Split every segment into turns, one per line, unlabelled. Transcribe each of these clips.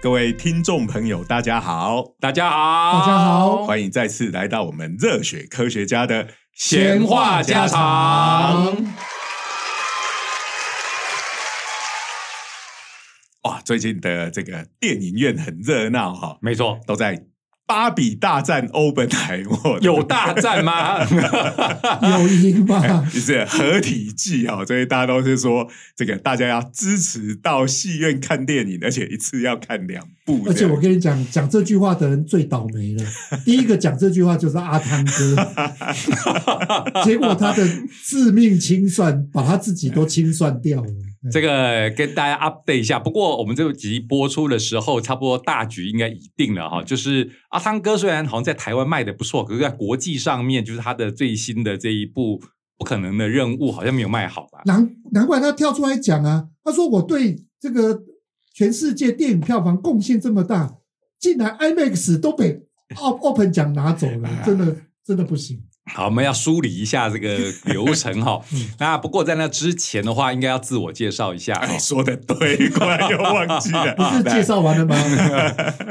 各位听众朋友，大家好，
大家好，
大家好
欢迎再次来到我们热血科学家的
闲话家常。
哇！最近的这个电影院很热闹哈，
没错，
都在芭比大战欧本海默，
有大战吗？
有赢
哎
吧？
就是合体技哦，所以大家都是说这个大家要支持到戏院看电影，而且一次要看两部这样。
而且我跟你讲，讲这句话的人最倒霉 了。第一个讲这句话就是阿汤哥，结果他的致命清算把他自己都清算掉了。
这个跟大家 update 一下。不过我们这集播出的时候，差不多大局应该已定了哈。就是阿汤哥虽然好像在台湾卖的不错，可是在国际上面，就是他的最新的这一部《不可能的任务》好像没有卖好吧？
难难怪他跳出来讲啊，他说我对这个全世界电影票房贡献这么大，竟然 IMAX 都被 O- Open 奖拿走了，真的真的不行。
好，我们要梳理一下这个流程哈。那不过在那之前的话，应该要自我介绍一下。
哎，说的 对，果然又忘记了。
不
啊
是介绍完 了吗？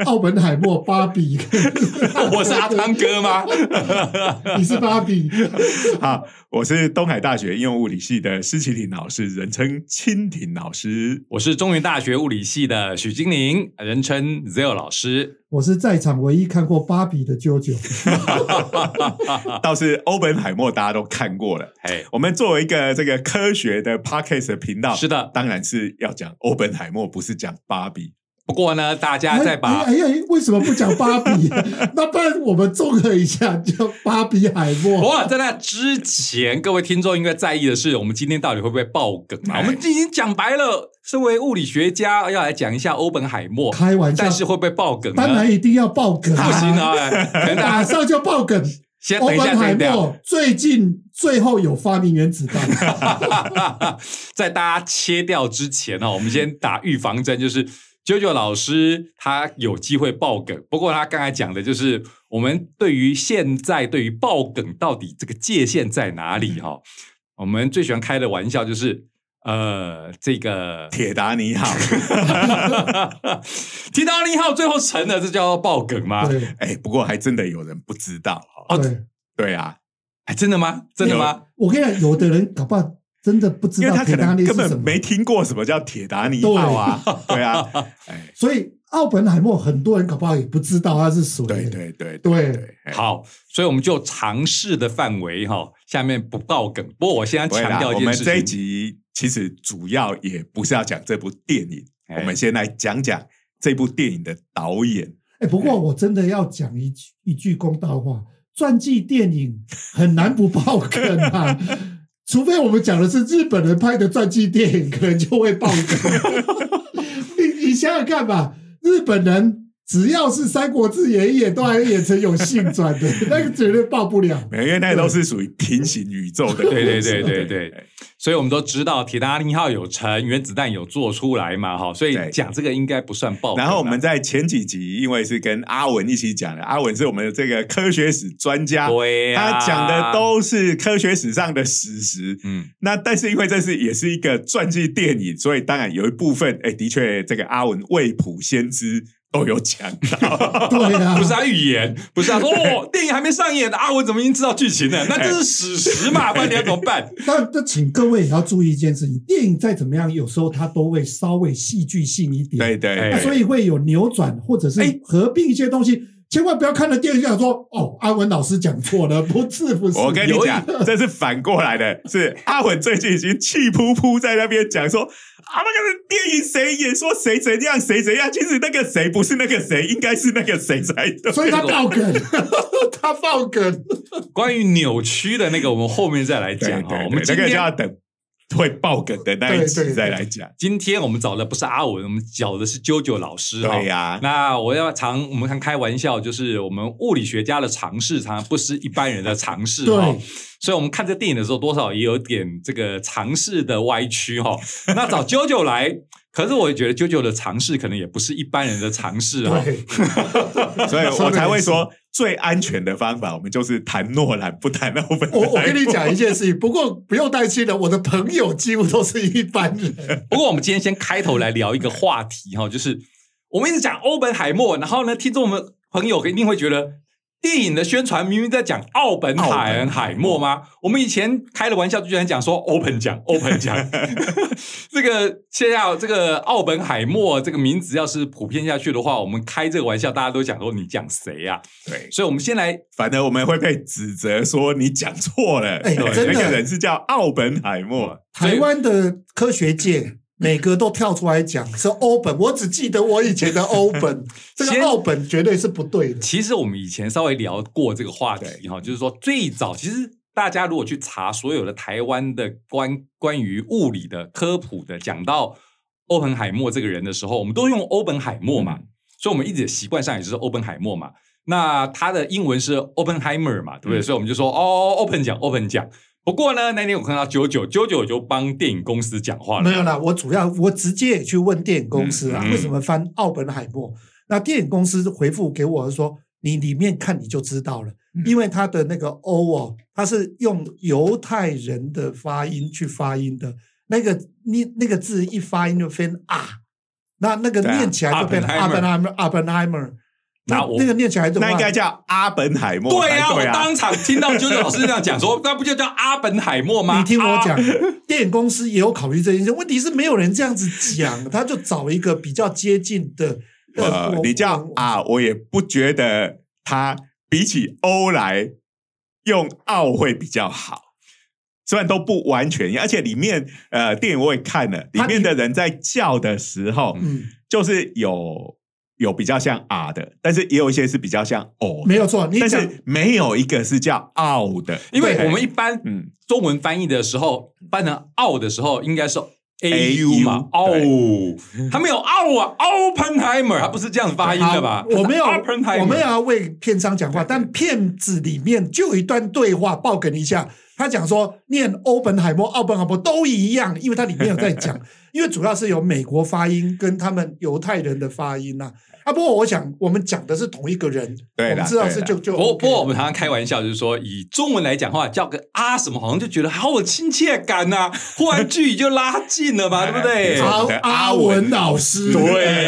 奥本海默、芭比，
我是阿汤哥吗？
你是芭比，
好，我是东海大学应用物理系的施启廷老师，人称蜻蜓老师。
我是中原大学物理系的许金玲，人称 Zero 老师。
我是在场唯一看过芭比的啾啾。
倒是欧本海默大家都看过了。
哎，
我们作为一个这个科学的 podcast 频
啊
道，
是的。
当然是要讲欧本海默，不是讲芭比。
不过呢，大家再把
哎哎哎，为什么不讲芭比？ 那不然我们综合一下，叫芭比海
不
默。
过在那之前，各位听众应该在意的是，我们今天到底会不会爆梗嘛？
哎
我们已经讲白了，身为物理学家要来讲一下欧本海默，
开玩笑
但，是会不会爆梗呢？
当然一定要爆梗、
不行，啊，可能大家
马上就爆梗。
先
欧
等一下，
本
等
海
一下。
默最近最后有发明原子弹，
在大家切掉之前呢、我们先打预防针，就是九九老师他有机会爆梗，不过他刚才讲的就是我们对于现在对于爆梗到底这个界限在哪里哈、我们最喜欢开的玩笑就是呃这 个。
铁达尼 号，
提到利号最后成了，这叫爆梗吗？
对
哎，不过还真的有人不知道哦。
对。
对啊，
哎，真的吗？真的吗？
我跟你讲，有的人搞不好真的不知
因为
道
他可
铁达
能
尼是
根
什
本
么，
没听过什么叫铁达尼号啊。对 啊，哎，
所以奥本海默很多人搞不好也不知道他是谁。
对对对
对
对，哎
好，所以我们就尝试的范围哈，下面不爆梗。不过我现在
不会
强
啦，
调
我
件
们
事情，
这一集其实主要也不是要讲这部电影，
哎
我们先来讲讲这部电影的导演。
哎、不过我真的要讲一句一句公道话，传记电影很难不爆梗啊，除非我们讲的是日本人拍的传记电影，可能就会爆梗。 你你想想看吧，日本人只要是《三国志》演一演，都还演成有性转的，那个绝对爆不了。
没有因为那都是属于平行宇宙的故事，
对对对对对所以我们都知道铁达尼号有成，原子弹有做出来嘛，哈，所以
对
讲这个应该不算爆梗啊。
然后我们在前几集，因为是跟阿文一起讲的，阿文是我们的这个科学史专家，
对啊、
他讲的都是科学史上的史实。
嗯，
那但是因为这是也是一个传记电影，所以当然有一部分，哎，的确这个阿文未卜先知都有讲 到。
对啊，
不是他预言，不是他说 哦，电影还没上演啊，我怎么已经知道剧情了？那这是史 实嘛，不然你要怎么办？
但但请各位也要注意一件事情，电影再怎么样，有时候它都会稍微戏剧性一点。
对对
哎
那
对
所以会有扭转，或者是
哎
合并一些东西。千万不要看了电影就想说：“哦，阿文老师讲 错了，不是不是。”
我跟你
有一
讲，这是反过来的，是阿文最近已经气扑扑在那边讲说，啊那个电影谁演说谁怎样谁怎样，其实那个谁不是那个谁，应该是那个谁才对。
所以他 爆梗，他爆梗。
关于扭曲的那个，我们后面再来
对
讲哈。
哦
对
我们
对，那
今
个就
天
要等会爆梗的那一集再来讲。
今天我们找的不是阿文，我们找的是啾啾老师哈。
对啊 呀，
那我要常我们常开玩笑，就是我们物理学家的尝试，常常不是一般人的尝试
对
哈。所以我们看这电影的时候，多少也有点这个尝试的歪曲 哈。那找 JoJo 来，可是我也觉得 JoJo 的尝试可能也不是一般人的哦尝试
啊
哈。
对，
所以我才会说最安全的方法，我们就是谈诺兰不谈欧本海
我
默。
我跟你讲一件事情，不过不用担心了，我的朋友几乎都是一般人。
不过我们今天先开头来聊一个话题哈，就是我们一直讲欧本海默，然后呢，听众们朋友一定会觉得。电影的宣传明明在讲奥本
奥
海
本
恩
海
海默吗？我们以前开了玩笑，就居然讲说 open 奖 open 奖， 这个现在这个奥本海默这个名字要是普遍下去的话，我们开这个玩笑，大家都讲说你讲谁啊？
对，
所以我们先来
反而我们会被指责说你讲错了，
哎
对
真的
那个人是叫奥本海默，
台湾的科学界每个都跳出来讲是欧本，我只记得我以前的欧 本，这
先
个奥本绝对是不对的。
其实我们以前稍微聊过这个话题哈，就是说最早其实大家如果去查所有的台湾的关关于物理的科普的，讲到欧本海默这个人的时候，我们都用欧本海默嘛，
嗯
所以我们一直习惯上也就是欧本海默嘛。那他的英文是 Oppenheimer 嘛，对不对？
嗯
所以我们就说哦，Open 奖，Open 奖。不过呢，那天我看到九九九九就帮电影公司讲话了，
没有啦，我主要我直接也去问电影公司啊，
嗯嗯
为什么翻奥本海默？那电影公司回复给我说，你里面看你就知道了，因为它的那个 O 哦，它是用犹太人的发音去发音的，那个你那个字一发音就变啊，那那个
对啊
念起来就变阿本海默，阿本海默，
那
那
我
那个念起来就
那应该叫阿本海默才
对
对
啊，我
啊，
当场听到九九老师这样讲说，那不就叫阿本海默吗？
你听我
啊
讲， 电影公司也有考虑这件事，问题是没有人这样子讲， 他就找一个比较接近的。
呃
我，
你叫
我
啊，我也不觉得他比起欧来用奥会比较好，虽然都不完全一样，而且里面呃电影我也看了，里
它
面
里
的人在叫的时候，
嗯，
就是有有比较像啊的，但是也有一些是比较像哦的，
没有错，你
但
讲
是没有一个是叫奥的，
因为
对
我们一般
嗯，
中文翻译的时候，翻成“奥”的时候，应该是 “a
AU
u” 嘛，“奥”，他没有“奥”啊，“Oppenheimer”，他不是这样发音的吧？
啊我没有，
，Oppenheimer，
我们要为片商讲话，但片子里面就有一段对话，爆梗一下。他讲说，念欧本海默、奥本海默都一样，因为它里面有在 讲，因为主要是有美国发音跟他们犹太人的发音呐、啊。啊，不过我想，我们讲的是同一个人，
对啦
我们知道是
对啦
就就、
不不过我们常常开玩笑，就是说以中文来讲话，叫个啊什么，好像就觉得好有亲切感呐、 忽然距离就拉近了嘛，对不对？
好
阿
的哎阿
阿
文
文老师，哎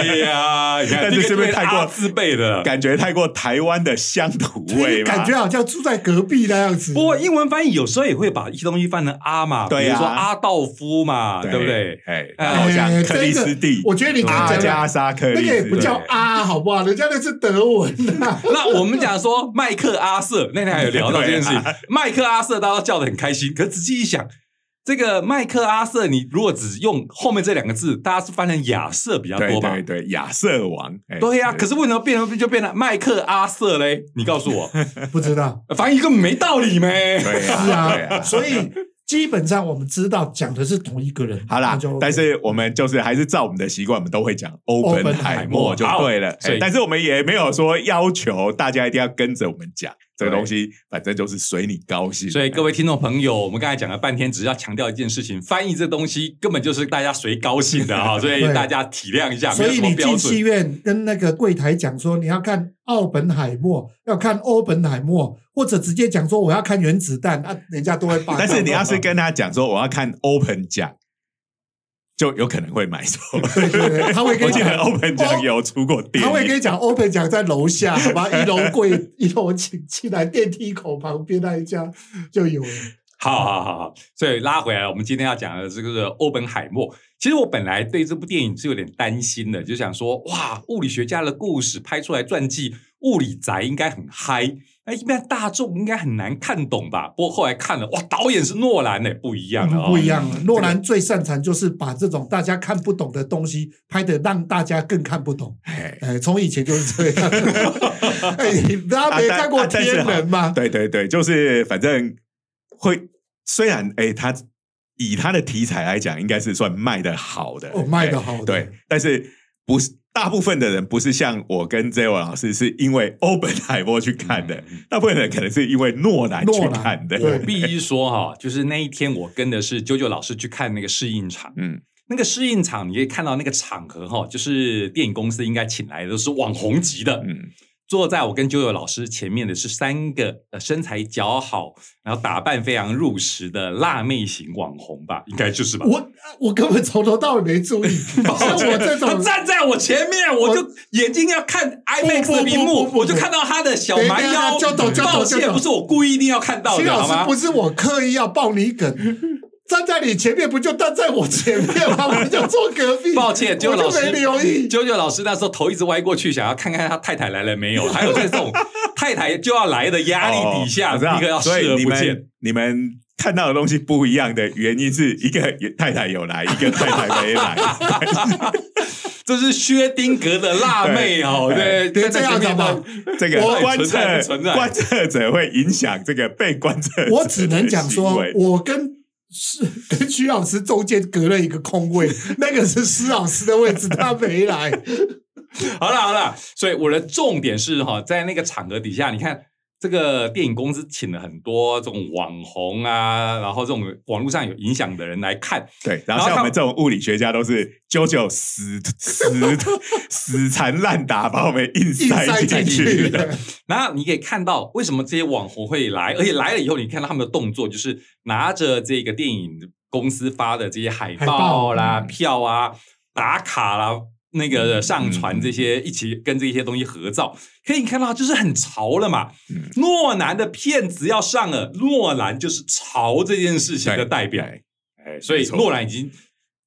对呀、你看
但是是不是太过
这个对啊自卑的？
感觉太过台湾的乡土味嘛，
感觉好像住在隔壁那样子。
不过英文翻译有时候也会把一些东西翻成阿嘛，
对啊
比如说阿道夫嘛，对不对？？
哎，
哎
好像克里斯
这
蒂
个，我觉得你刚
阿
才
加
讲的
莎克
那
里
个
斯
也
蒂，
不叫啊，好不好？人家那是德文啊。
那我们讲说麦克阿瑟，那天还有聊到这件事 情
对啊，
麦克阿瑟大家都叫得很开心，可仔细一想，这个麦克阿瑟，你如果只用后面这两个字，大家是翻成亚瑟比较
对
多吧
对？对，亚瑟王。哎
对呀、可是为什么变成就变成麦克阿瑟嘞？你告诉我，
不知道，
翻译根本没道理咩？
对呀
是
对
啊，
呀
所以基本上我们知道讲的是同一个人。
好啦
那就，
但是我们就是还是照我们的习惯，我们都会讲欧本海默
欧本海默
就对了。
所以
哎但是我们也没有说要求大家一定要跟着我们讲这个东西，反正就是随你高兴。哎
所以各位听众朋友，我们刚才讲了半天，只是要强调一件事情：翻译这东西根本就是大家随高兴的哈、所以
对
大家体谅一下，没
所
有
以
什
你
么标
进戏
准。
院跟那个柜台讲说你要看奥本海默，要看欧本海默，或者直接讲说我要看原子弹，啊，人家都会把。
但是你要是跟他讲说我要看 Open 奖，就有可能会买错。
对对对 他会跟
我
你
记
讲
得 Open 奖有出过电
他会跟
影，
你讲 open 讲在 楼下，好吧，一楼柜一楼请进来电梯口旁边那一家就有了。
好好好好，所以拉回来，我们今天要讲的这个是欧本海默。其实我本来对这部电影是有点担心的，就想说，哇，物理学家的故事拍出来传记，物理宅应该很嗨，那一般大众应该很难看懂吧？不过后来看了，哇，导演是诺兰呢、不一样了、哦，
嗯
不一样了。诺兰最擅长就是把这种大家看不懂的东西拍的让大家更看不懂。
哎
哎，从以前就是 这样。哎，大家没看过
啊但啊但是
天
哈
人吗？
对对对，就是反正会，虽然哎，他以他的题材来讲，应该是算卖的好的，
哦，卖的好的。
哎对，但是不是大部分的人不是像我跟 z e o 老师是因为 欧本海默
哦
去看的，大部分人可能是因为诺兰去
嗯诺兰
看的，
对
我嗯必须说哈、就是那一天我跟的是九九老师去看那个试映场，
嗯，
那个试映 场你可以看到那个场合哈、就是电影公司应该请来的都是网红级的，
嗯
坐在我跟九九老师前面的是三个呃身材姣好，然后打扮非常入时的辣妹型网红吧，应该就是吧。
我我根本从头到尾没 注意，
哦
像我这
他
种
站在我前面，我就眼睛要看 IMAX 的屏
不不
幕
不，不
我就看到他的小蛮
等一下
腰。
就懂就懂
抱
就
歉，
懂
不是我故意一定要看到
徐
的，好
老师
吗
不？是我
刻意要爆你梗，
站在你前面，不就站在我前面吗？我就坐隔壁。
抱歉，九
我
九
就
老师
没留意。
九九老师那时候头一直歪过去，想要看看他太太来了没有，还有在这种太太就要来的压力底下，
哦我知道
立刻要视
所以
而
你
不见。
们你们看到的东西不一样的原因是一个太太有来，一个太太没来。
这是薛丁格的辣妹哦，对，
对
站在
这样
前面
子好
的
不
这个
我
观
存
测
在不存在
观测者会影响这个被观测者的行为。
我只能讲说，我跟是跟徐老师中间隔了一个空位，那个是施老师的位置，他没来。
好了好了，所以我的重点是哈，在那个场合底下，你看这个电影公司请了很多这种网红啊，然后这种网络上有影响的人来看，
对，然
然
后
后
像我
他
们这种物理学家都是啾啾死死 死缠烂打，把我们硬塞
硬塞
进
进去
去 的。
的
然后你可以看到为什么这些网红会来，而且来了以后，你看到他们的动作，就是拿着这个电影公司发的这些海报啦、
海报嗯嗯
票啊、打卡啦。那个上传这些一起跟这些东西合照，可以看到就是很潮了嘛
嗯。
诺兰的片子要上了，诺兰就是潮这件事情的代表，哎，所以
没错
诺兰已经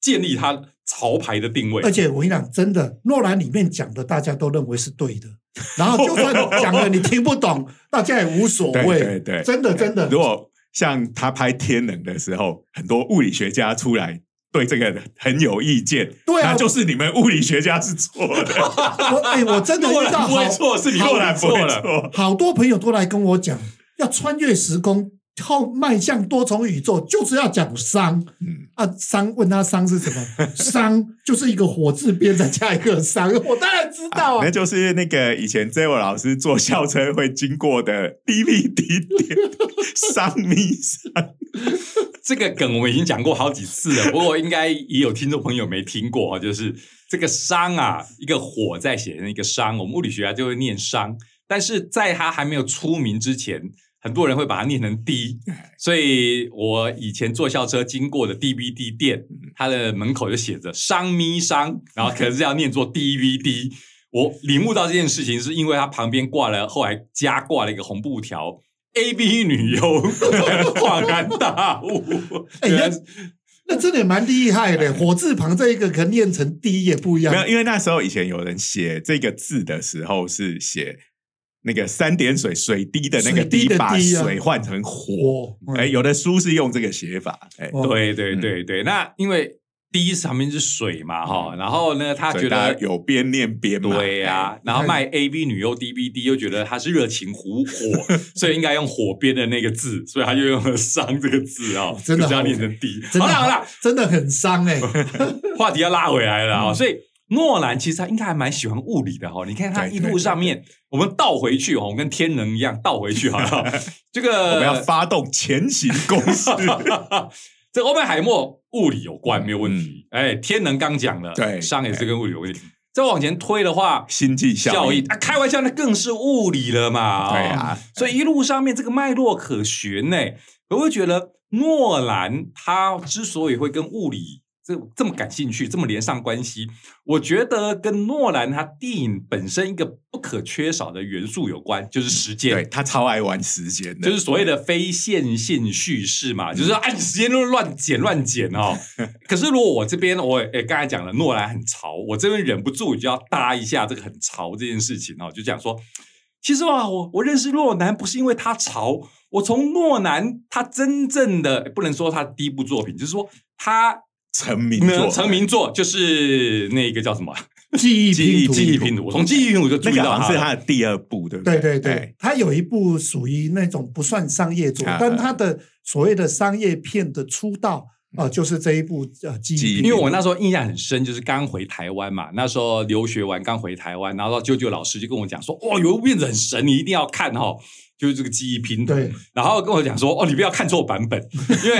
建立他潮牌的定位
而。且我跟你讲，真的，诺兰里面讲的大家都认为是对的，然后就算讲了你听不懂，大家也无所
对对
谓。
对，
真的真的
如，果像他拍天能的时候，很多物理学家出来。对这个很有意见，
对啊
那就是你们物理学家是错的，
我哎，我真的
诺
遇
兰
到
不会
好
错，是你
诺
诺
兰
兰
不
错
会
了。
错。
好多朋友都来跟我讲，要穿越时空。后迈向多重宇宙，就是要讲商
嗯，
啊！商问他商是什么？ 商就是一个火字边再加一个商，我当然知道啊
那。就是那个以前 Zero 老师坐校车会经过的 DVD 店商米商，
这个梗我们已经讲过好几次了，不过应该也有听众朋友没听过啊，就是这个商啊，一个火在写成一个商，我们物理学家就会念商，但是在它还没有出名之前，很多人会把它念成低，所以我以前坐校车经过的 DVD 店，它的门口就写着商咪商，然后可是要念作 DVD。我领悟到这件事情，是因为它旁边挂了，后来加挂了一个红布条。A B 女优恍然大悟，
哎
原来
那那真的也蛮厉害的，火字旁这一个可能念成“低”也不一 样
没。有，因为那时候以前有人写这个字的时候是写那个三点水水滴的那个
水滴的
把
滴啊
水换成火。
我
哎，有的书是用这个写法，哎，
哦
对对对对，那因为第一上面是水嘛哈，然后呢，他
所以
觉
大
得
家有边念边嘛，
对啊呀、
哎，
然后卖 A V 女优 D V D 又觉得他是热情 虎火，所以应该用火边的那个字，所以他就用了“伤”这个字 啊、哦，
真的
就是要
好
念成 D。
真
好
的
啦好啦，
真的很伤哎、
话题要拉回来了啊、
嗯
所以诺兰其实他应该还蛮喜欢物理的哈、哦。你看他
对
一路上面，我们倒回去哦，我们跟天能一样倒回去好 不好？这个
哎我们要发动前行攻 势。
这欧本海默物理有关，没有问题。哎，天能刚讲了，
嗯对
商也是跟物理有问题。再往前推的话，
心际效
效
应
应，啊，开玩笑，那更是物理了嘛。
对
哦
啊，
所以一路上面这个脉络可循呢、我会觉得诺兰他之所以会跟物理这这么感兴趣，这么连上关系，我觉得跟诺兰他电影本身一个不可缺少的元素有关，就是时间。
对他超爱玩时间的，
就是所谓的非线性叙事嘛，就是说按时间都乱剪乱剪 哦。可是如果我这边我诶刚才讲了诺兰很潮，我这边忍不住就要搭一下这个很潮这件事情哦，就讲说，其实啊，我我认识诺兰不是因为他潮，我从诺兰他真正的不能说他第一部作品，就是说他
成名
呢
作，
成名作就是那个叫什么
记忆
记忆
拼图，
记忆拼图，我从记忆拼图就注
那
意
个
到
好像是
他了。
他的第二部，对不
对
对
对对
哎，
它有一部属于那种不算商业作
啊，嗯
但它的所谓的商业片的出道啊、呃就是这一部呃记
记忆
忆
因
拼
为
图。
我那时候印象很深，就是刚回台湾嘛，那时候留学完刚回台湾，然后舅舅老师就跟我讲说，哦，有一部片子很神，你一定要看哦，就是这个记忆拼图。
对，
嗯
然后跟我讲说，哦，你不要看错版 本，因为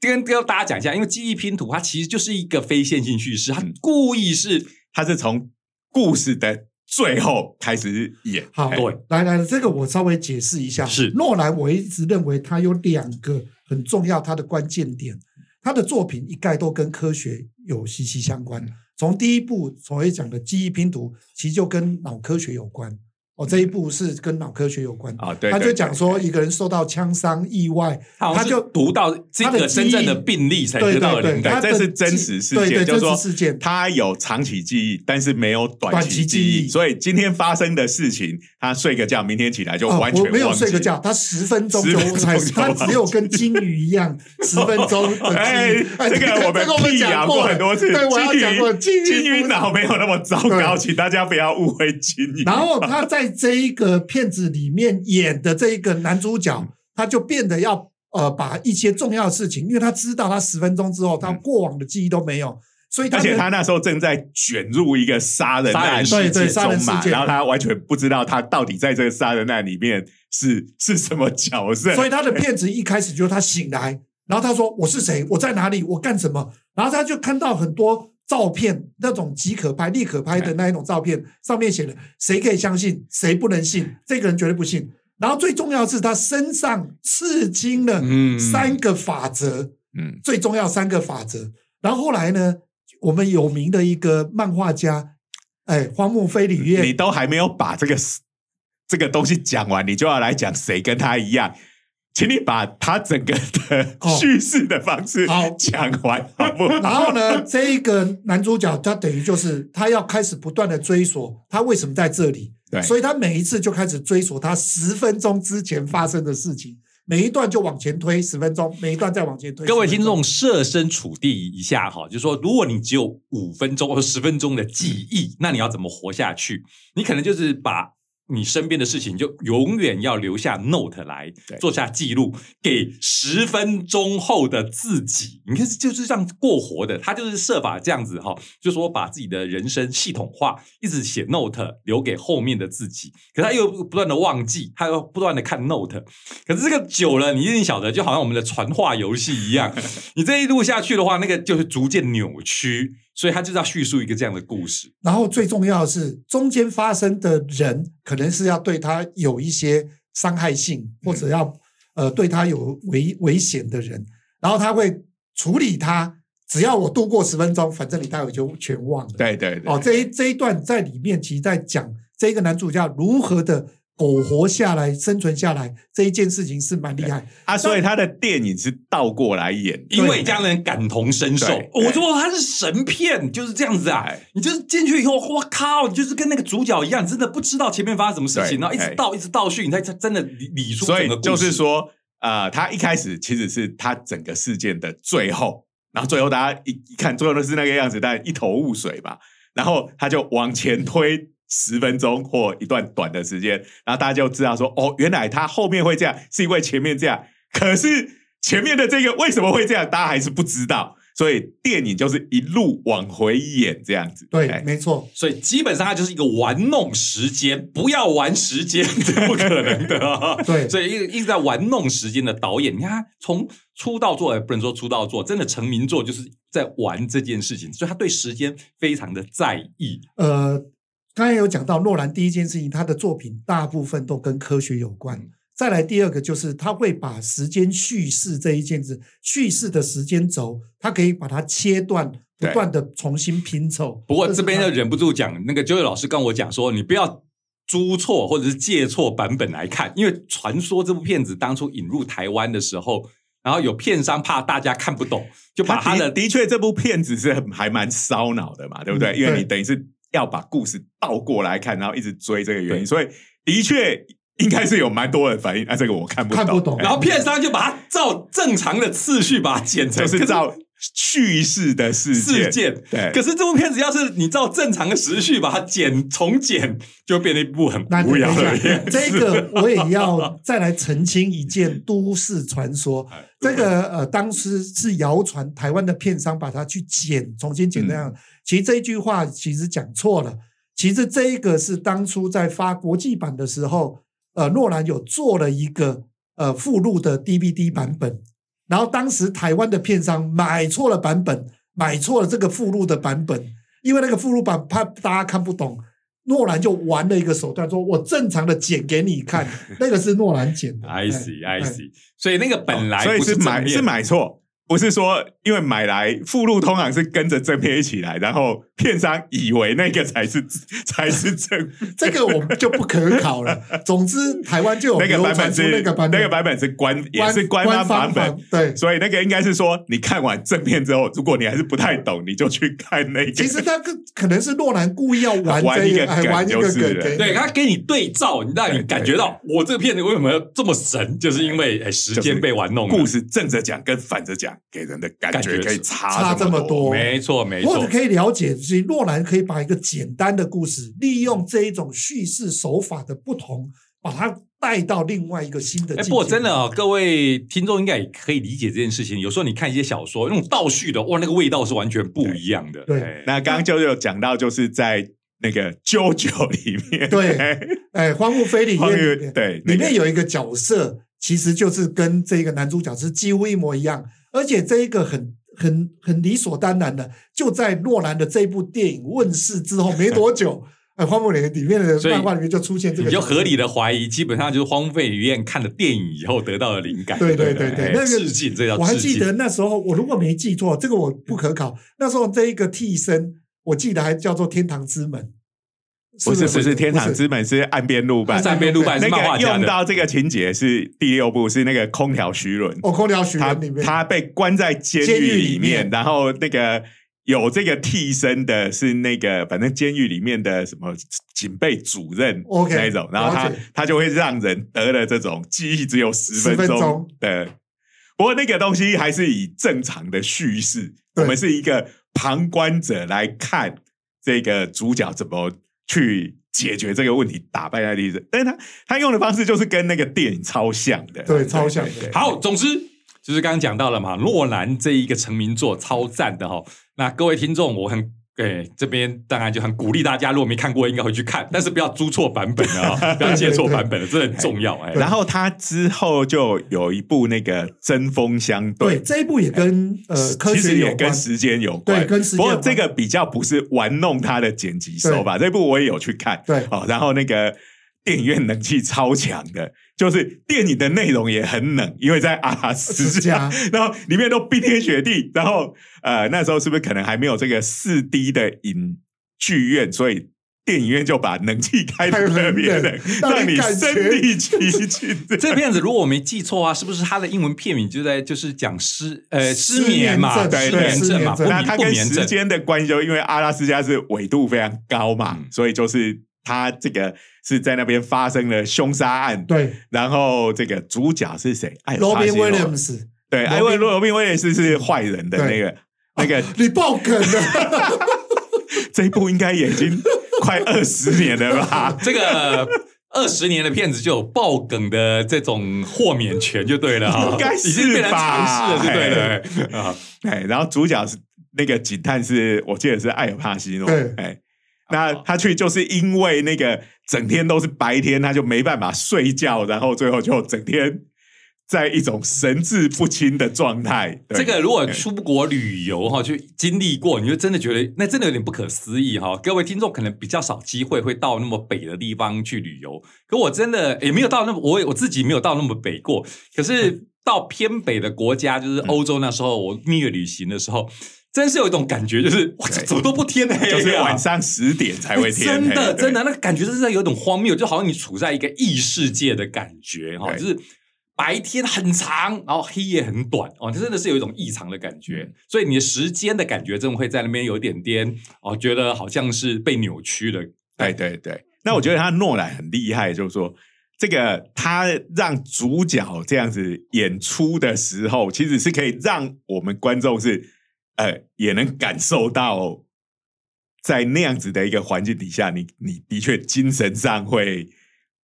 跟跟大家讲一下，因为记忆拼图
嗯
它其实就是一个非线性叙事，它故意是
他是从故事的最后开始演。
好，
哎
对，
来来，这个我稍微解释一下。
是
诺兰，我一直认为他有两个很重要，他的关键点，他的作品一概都跟科学有息息相
嗯
关。从第一部所谓讲的记忆拼图，其实就跟脑科学有关。哦，这一部是跟脑科学有关。
嗯啊，对，
他
对
就讲说，一个人受到枪伤、意外，
他
他
就
就
读到这
他
个
的
真正的
记忆
病例才
对
知道
对
的灵
对，
感
他
这
的
是真
记
实事
对
件
对
就是说
真实事件。
他有长期记忆，但是没有短
短
期
期
记忆，
记忆
所以今天发生的事情，他睡个觉，明天起来就
哦
完全、
我
忘
没有睡
记
个觉，他十分钟
10
就
分钟
才
就，
他
忘记
只有跟金鱼一 样十分钟的记忆。
哎，这个我们
我
辟
们
谣
讲
过
了
很多次，
对，我要
金鱼
讲过金鱼
金鱼
不
脑没有那么糟糕，
对
请大家不要误会金鱼。
然后他在这一个片子里面演的这一个男主
嗯
角，他就变得要呃把一些重要的事情，因为他知道他十分钟之后，他过往的记忆都没有，所以 他
嗯而且
能
他那时候正在卷入一个杀人案
杀
人对对杀
中
人
嘛
事，件
然后他完全不知道他到底在这个杀人案里面是是什么角色，
所以他的片子一开始就是他醒来，然后他说我是谁，我在哪里，我干什么，然后他就看到很多照片，那种即可拍、立可拍的那一种照片，上面写的谁可以相信，谁不能信，这个人绝对不信。然后最重要的是，他身上刺青了
嗯
三个法则，
嗯，
最重要三个法则。然后后来呢，我们有名的一个漫画家，哎，荒木飞吕彦，
你都还没有把这个 s- 这个东西讲完，你就要来讲谁跟他一样。请你把他整个的
哦
叙事的方式
好
讲 完，好不 好？
然后呢，这一个男主角他等于就是他要开始不断的追索他为什么在这里，
对
所以他每一次就开始追索他十分钟之前发生的事情，每一段就往前推十分钟，每一段再往前推。
各位听
10分
众
钟，
设身处地一下哈，就是说，如果你只有五分钟或十分钟的记
嗯
忆，那你要怎么活下去？你可能就是把你身边的事情就永远要留下 note 来
对
做下记录，给十分钟后的自己。你看，就是这样过活的，他就是设法这样子哈，就说把自己的人生系统化，一直写 note 留给后面的自己。可他又不断的忘记，他又不断的看 note，可是这个久了，你一定晓得，就好像我们的传话游戏一 样，你这一路下去的话，那个就是逐渐扭曲，所以他就是要叙述一个这样的故事。
然后最重要的是中间发生的人可能是要对他有一些伤害性，或者要、呃对他有危危险的人，然后他会处理他。只要我度过十分钟，反正你待会就全忘了。
对对啊对，
哦，这一这一段在里面其实在讲这个男主角如何的苟活下来、生存下来这一件事情是蛮厉害。
啊，所以他的电影是倒过来演的，
因为这样的人感同身受
对，
我说他是神片，就是这样子啊
哎！
你就是进去以后，我靠，你就是跟那个主角一样，真的不知道前面发生什么事情，
对
然后一直
哎
倒一直倒叙，你才才真的理理出
所
整
以
个故事。
就是说，呃，他一开始其实是他整个事件的最后，然后最后大家一一看，最后都是那个样子，但一头雾水吧。然后他就往前推十分钟或一段短的时间，然后大家就知道说，哦，原来他后面会这样，是因为前面这样。可是前面的这个为什么会这样，大家还是不知道。所以电影就是一路往回演这样子。
对，
哎
没错。
所以基本上它就是一个玩弄时间，不要玩时间， 这不可能的、啊。
对
所以一直一直在玩弄时间的导演，你看他从出道作，也哎不能说出道作，真的成名作就是在玩这件事情，所以他对时间非常的在意。
呃，刚才有讲到诺兰第一件事情，他的作品大部分都跟科学有关。
嗯
再来第二个就是他会把时间叙事这一件事，叙事的时间轴，他可以把它切断，不
对
断的重新拼凑。
不过
是
这边
他
就忍不住讲，那个 Joey 老师跟我讲说，你不要租错或者是借错版本来看，因为传说这部片子当初引入台湾的时候，然后有片商怕大家看不懂，就把 他
他的
的
的确这部片子是很还蛮烧脑的嘛，对不对？
嗯
因为你
对
等于是要把故事倒过来看，然后一直追这个原因，所以的确应该是有蛮多人反应。啊，这个我看不懂，
看不懂
哎
然后片商就把它照正常的次序把它剪成，
就是照叙事的
可
事
是
件，
事件。
对，
可是这部片子要是你照正常的时序把它剪重剪，就变成一部很
那
无聊的
等一下
片。
这个我也 要再来澄清一件都市传说。
哎哦
这个呃，当时是谣传台湾的片商把它去剪，重新剪
嗯
那样。其实这一句话其实讲错了。其实这一个是当初在发国际版的时候，呃，诺兰有做了一个呃附录的 DVD 版本，然后当时台湾的片商买错了版本，买错了这个附录的版本，因为那个附录版怕大家看不懂，诺兰就玩了一个手段，说我正常的剪给你 看，那个是诺兰剪的。
I
哎
see, I see。所以那个本来
哦所以
不
是
正
买
面
是买错，不是说因为买来附录通常是跟着正片一起来，然后片商以为那个才是才是正，
这个我们就不可 考了。总之，台湾就有
那个
流
版
传
本
出
是
那个版本，
版本是官也是官
方
方版本。
对，
所以那个应该是说，你看完正片之后，如果你还是不太懂，你就去看那个。
其实他可可能是诺兰故意要玩
玩
这
一个
哎
梗
玩一个
就是
梗
了
给你，
对他给你对照，你让你
对
感觉到我这个片子为什么这么神，就是因为哎时
就
间
是
被玩弄了。
故事正着讲跟反着讲，给人的感
感觉
觉可以
是
差
差这
么
么多
没错没
或
错
者，可以了解，其实诺兰可以把一个简单的故事，利用这一种叙事手法的不同，把它带到另外一个新的
哎，
境界。
不过真的，哦，各位听众应该也可以理解这件事情。有时候你看一些小说，那种倒叙的，哇，那个味道是完全不一样的。
对
哎
那刚刚就有讲到，就是在那个《啾啾》里面，
对哎，《荒木飞里
荒
面里
木
面
对
里面
有
有一个角色，其实就是跟这个男主角是几乎一模一样，而且这一个很很很理所当然的，就在诺兰的这部电影问世之后没 多久，呃，荒木里里面的
所以
漫画里面就出现这
你
个角
就
色，
合理的怀疑，基本上就是荒废影院看了电影以后得到的灵感。
对对
不
对对
哎
那个
致敬，这叫
我还
致
记
敬。
得那时候，我如果没记错，这个我不可考。那时候这一个替身，我记得还叫做天堂之门，
不是不是《天堂
门
之门》是岸边路伴，
站边路伴是
那
漫画
个
家
用
的，
到这个情节是第六部，是那个空调徐伦，
哦，空调学
他
院里面，
他被关在监
监狱
狱里
里面
面，然后那个有这个替身的是那个反正监狱里面的什么警备主任
OK，
那一种，然后他
了解
他就会让人得了这种记忆只有十
10
分
分
钟
钟
的。不过那个东西还是以正常的叙事，
对
我们是一个旁观者来看这个主角怎么去解决这个问题，打败那敌人。但是他他用的方式就是跟那个电影超像的，
对超像的
对对对
好，总之就是刚刚讲到了嘛，诺兰这一个成名作超赞的哈、那各位听众，我很。对，这边当然就很鼓励大家，如果没看过，应该回去看，但是不要租错版本啊、 不要借错版本了，这很重要哎。
然后他之后就有一部那个针锋相
对
对，
这一部也跟呃科
其实
学
也
有关
跟，时间有关，
对跟时间
不过
有关
这个比较不是玩弄他的剪辑手法，这部我也有去看。
对
哦，然后那个电影院冷气超强的，就是电影的内容也很冷，因为在阿拉斯
是这
加
样，
然后里面都冰天雪地，然后呃那时候是不是可能还没有这个四 D 的影剧院，所以。电影院就把冷气开
开
的
得很
特别
冷
冷，让
让
你
你感
身
觉
临其境。
这片子如果我没记错啊，是不是它的英文片名就在就是讲失呃
失
失眠嘛，
眠症
失
对
眠症嘛，
失
不
眠症
那它
眠不
跟
眠
时
症。
间的关系，就因为阿拉斯加是纬度非常高嘛，
嗯
所以就是它这个是在那边发生了凶杀案。
对
然后这个主角是谁？艾尔帕西
，Robin
诺
Williams，
对，艾文罗宾威廉斯是坏人的那个那个，
你爆梗了，
这一部应该也已经快二十年了吧？
这个二十年的片子就有爆梗的这种豁免权就对了啊，
应该
已
是
经变成尝试了就对
吧
了啊。
哎，然后主角是那个警探是，我记得是艾尔帕西诺
对。
哎，
哦
那他去就是因为那个整天都是白天，他就没办法睡觉，然后最后就整天在一种神志不清的状态。对
这个如果出国旅游哈，去经历过，你就真的觉得那真的有点不可思议哈。各位听众可能比较少机会会到那么北的地方去旅游，可我真的也没有到那么，我也我自己没有到那么北过。可是到偏北的国家，就是
嗯
欧洲那时候我蜜月旅行的时候，真是有一种感觉，就是哇，
对
怎么都不天黑、啊，哎
就是晚上十点才会天
真
黑，
的
对
真的，那个感觉真是有点荒谬，就好像你处在一个异世界的感觉哈，
对
就是白天很长，然后黑夜很短哦，这真的是有一种异常的感觉，所以你的时间的感觉真的会在那边有一点点哦，觉得好像是被扭曲的。
对哎对对，那我觉得他诺兰很厉害，就是说这个他让主角这样子演出的时候，其实是可以让我们观众是呃也能感受到，在那样子的一个环境底下，你你的确精神上会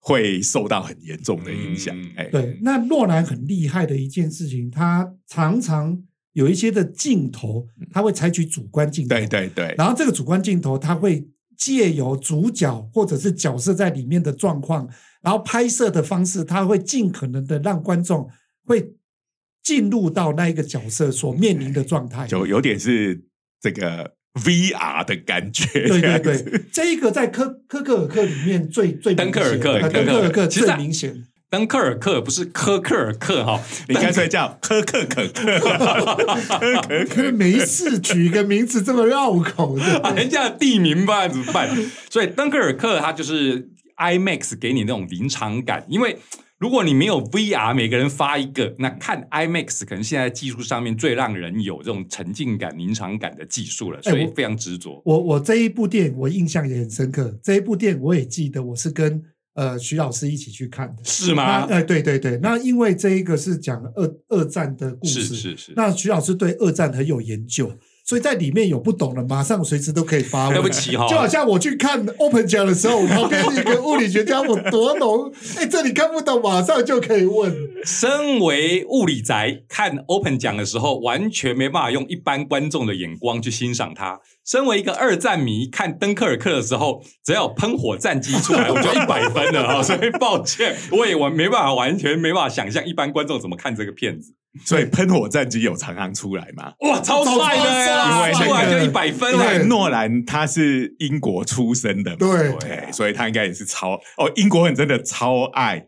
会受到很严重的影响
嗯。
哎、
对，那诺兰很厉害的一件事情，他常常有一些的镜头，他会采取主观镜头，
对对对，
然后这个主观镜头，它会借由主角或者是角色在里面的状况，然后拍摄的方式，它会尽可能的让观众会 进入到那一个角色所面临的状态。
就有点是这个 VR 的感觉。这
对对
样子
对，这一个在科科克尔克里面最最
登克尔克
明显啊
登
登
克尔克
克尔克
其实
最
啊
明显。
登克尔克不是科克尔克哈，
你干脆叫 科克可可 可
可是
可。
没事取一个名字这么绕口
把
的，
人家的地名不然怎么办？所以登克尔克它就是 IMAX 给你那种临场感，因为如果你没有 VR，每个人发一个，那看 IMAX 可能现在技术上面最让人有这种沉浸感、临场感的技术了，所以
哎我
非常执着。
我我这一部电影我印象也很深刻，这一部电影我也记得我是跟呃徐老师一起去看的。
是
那
吗？
呃，对对对，那因为这一个是讲二二战的故
是
事，
是是。
那徐老师对二战很有研究，所以在里面有不懂的，马上随时都可以发问。
对不起哈
就好像我去看 Open 讲的时候，我旁边一个物理学家，我多懂，哎，这里看不懂，马上就可以问。
身为物理宅，看 Open 奖的时候，完全没办法用一般观众的眼光去欣赏它。身为一个二战迷，看登克尔克的时候，只要有喷火战机出来，我就一百分了 啊、所以抱歉，我也完没办法，完全没办法想象一般观众怎么看这个片子。
所以喷火战机有常常出来嘛？
哇，超帅的
超
欸、
帅
出来就一百分
因为
了。
诺兰他是英国出生的嘛，
对
对，所以他应该也是超哦，英国人真的超爱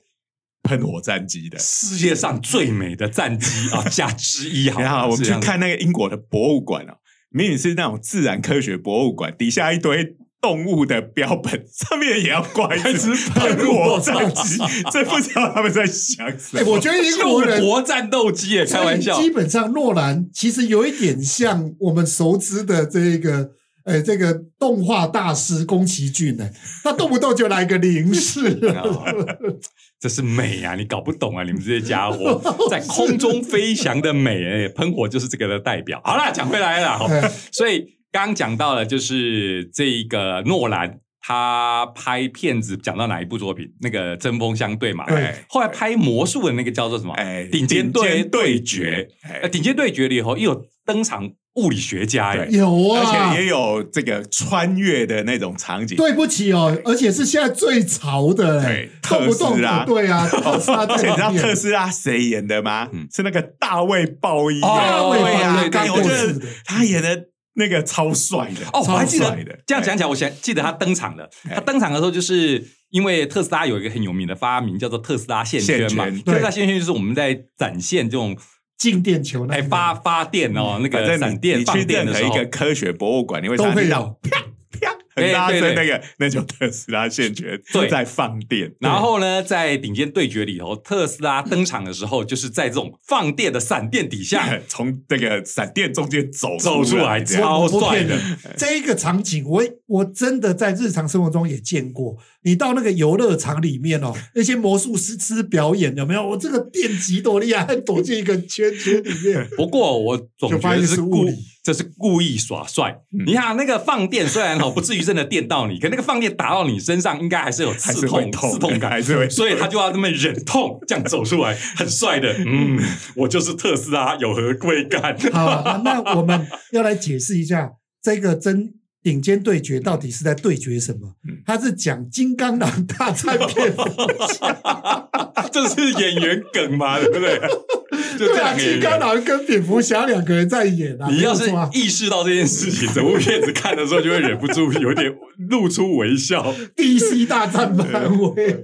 喷火战机的。
世界上最美的战机啊，加之一好了。
然后我们
是这
去
样子
看那个英国的博物馆哦，明明是那种自然科学博物馆，底下一堆动物的标本，上面也要挂 一只喷火战机，这不知道他们在想什
哎，
么。
我觉得英国
救
人
国战斗机耶，开玩笑
所以。基本上诺兰其实有一点像我们熟知的这个。呃，这个动画大师宫崎骏 呢、他动不动就来个零式，
啊， 这是美啊！你搞不懂啊！你们这些家伙在空中飞翔的美、哎，喷火就是这个的代表。好 啦，讲回来
哦
了，好
哎
所以刚刚讲到了，就是这一个诺兰。他拍片子讲到哪一部作品？那个针锋相对嘛。哎
对
后来拍魔术的那个叫做什么？
哎
顶尖对对
对
决
决。
呃，
哎
顶尖对决里头也有登场物理学家哎耶，
有
而
啊
且，也有这个穿越的那种场景，
对不起哦，而且是现在最潮的、哎
对
动不动
特斯拉
对啊，特斯拉
而且
在
你 知
里
道特
面，
斯拉谁演的吗？
嗯
是那个大卫鲍伊演的，啊
哦
大卫
对
鲍
呀
伊
对
刚
我
过
觉
世
得
的，
他演的那个超帅的
哦，我还记
超帅
得
的
这样讲起来，我想记得他登场了。
哎
他登场的时候，就是因为特斯拉有一个很有名的发明，叫做特斯拉线圈嘛
线圈。
特
对
斯拉线圈就是我们在展现这种
静电球那
哎
个
发发电哦，那
反
个
嗯正你
闪电
你
放
去
电
任
的
何
时
一
候
个，科学博物馆，你会
都
常
会
听到
有。
啪很大声那个，那就特斯拉线圈
对
在放电，
然后呢，在顶尖对决里头，特斯拉登场的时候，就是在这种放电的闪电底下
对从那个闪电中间走
走出来，
这样
超帅
我
的
不。这一个场景我，我真的在日常生活中也见过。你到那个游乐场里面哦，那些魔术师师表演有没有？我这个电极多厉害，躲进一个圈圈里面。
不过我总觉得
就是发现是
故
物理，
这是故意耍帅。
嗯
你看那个放电，虽然哦不至于真的电到你，可那个放电打到你身上，应该还是有
还
刺
是会
痛、
痛
刺
的，
痛感。
还是会
所以他就要那么忍痛这样走出来，很帅的。嗯，我就是特斯拉，有何贵干？
好，啊那那我们要来解释一下这个真顶尖对决到底是在对决什么
嗯？
它是讲金刚狼大战蝙蝠侠，
这是演员梗嘛，对不对？ 就
对
这
啊，
样演
金刚
员。
狼跟蝙蝠侠两个人在演啊。
你要是
没有错啊
意识到这件事情，整部片子看的时候就会忍不住有点露出微 笑。
DC 大战漫威，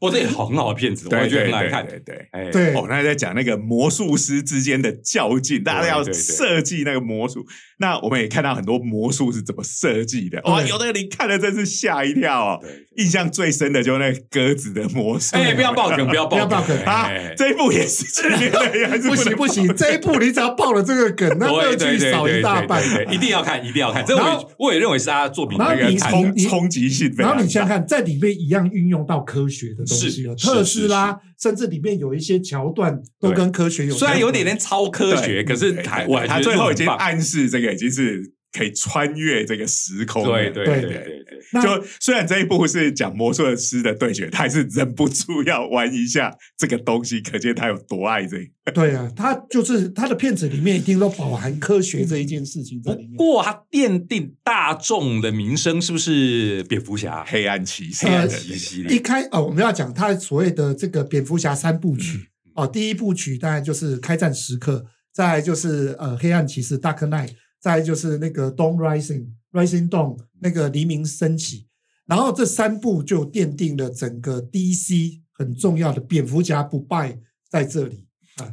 我这也好很好的片子，我
对
也觉得
对
很好
对
看。
对对。
哎，
对
哦，那在讲那个魔术师之间的较劲，大家要
对对对
设计那个魔术。那我们也看到很多魔术是怎么设计的，哇，
对
有的你看了真是吓一跳哦。
对
印象最深的就是那个鸽子的魔术，
哎，不要爆梗，不要爆
不要爆梗
啊
哎！
这一部也是去年的， 也还是
不
能
行不行，这一部你只要爆了这个梗，那乐
对对
趣
对
少
对
一大半。
对对一定要看，一定要看。这我
然
也
后
我也认为是他的作品的
然
一
后
个
那个
你
产
冲
你
冲击性非
然
常大。
后你想想看，在里面一样运用到科学的东西了，
是
特
是
斯拉甚至里面有一些桥段都
对
跟科学有关，
虽然有点点超科学，
对
可是
对
还
对
我还
他
觉得
最后已
这
经
很棒
暗示这个已经是可以穿越这个时空了。
对对对
对
对对对，
那
就虽然这一部是讲魔术师的对决，他还是忍不住要玩一下这个东西，可见他有多爱这个。
对啊，他就是他的片子里面一定都饱含科学这一件事情在里
不
面。
过他奠定大众的名声，是不是蝙蝠侠？
黑暗骑士，
黑暗
骑士
一开哦，我们要讲他所谓的这个蝙蝠侠三部
嗯
曲哦，第一部曲当然就是开战时刻，再来就是呃黑暗骑士 Dark Knight，再来就是那个《Dawn Rising》《Rising Dawn》那个黎明升起，然后这三部就奠定了整个 DC 很重要的蝙蝠侠不败在这里。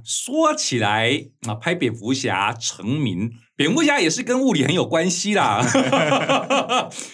说起来啊，拍蝙蝠侠成名，蝙蝠侠也是跟物理很有关系 啦。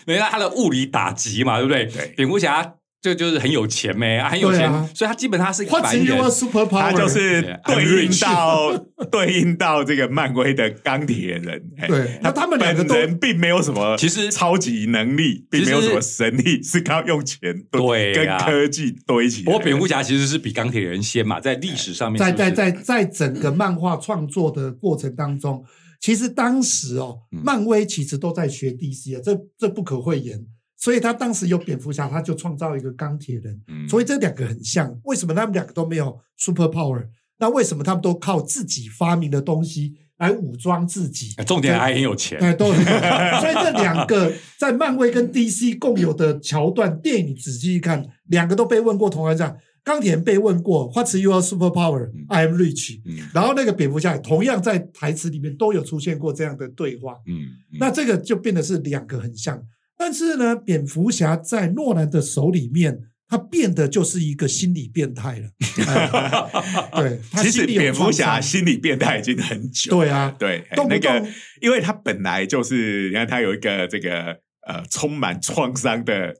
没啦，他的物理打击嘛，对不对？
对
蝙蝠侠就就是很有钱呗、啊很有
对
钱，
啊
所以他基本上是一个
What's
凡
in
人
your。super power？
他就是对
I'm
应
rich
到对应到这个漫威的钢铁人，哎
对那他们两个
本
都
人并没有什么，
其实
超级能力，并没有
其
什
实
么神力，是靠用钱
对
跟
呀
科技堆起来的。
不过蝙蝠侠其实是比钢铁人先嘛，在历史上面
在
是不
在
是
在在整个漫画创作的过程当中，其实当时哦，
嗯
漫威其实都在学 DC 啊，这这不可讳言。所以他当时有蝙蝠侠，他就创造一个钢铁人，
嗯
所以这两个很像。为什么他们两个都没有 super power？那为什么他们都靠自己发明的东西来武装自己？
重点还
对
很有钱。
哎，都很好所以这两个在漫威跟 DC 共有的桥段，电影你仔细一看，两个都被问过同样这样。钢铁人被问过 “What's your super power? I am rich。
嗯”
然后那个蝙蝠侠也同样在台词里面都有出现过这样的对话。
嗯，嗯
那这个就变得是两个很像，但是呢，蝙蝠侠在诺兰的手里面，他变得就是一个心理变态了。
嗯
哎对，他
其
心
实
里有
蝙蝠侠
创伤
心理变态已经很久，
对啊，
对，哎
动不
那个
动，
因为他本来就是，你看他有一个这个呃充满创伤的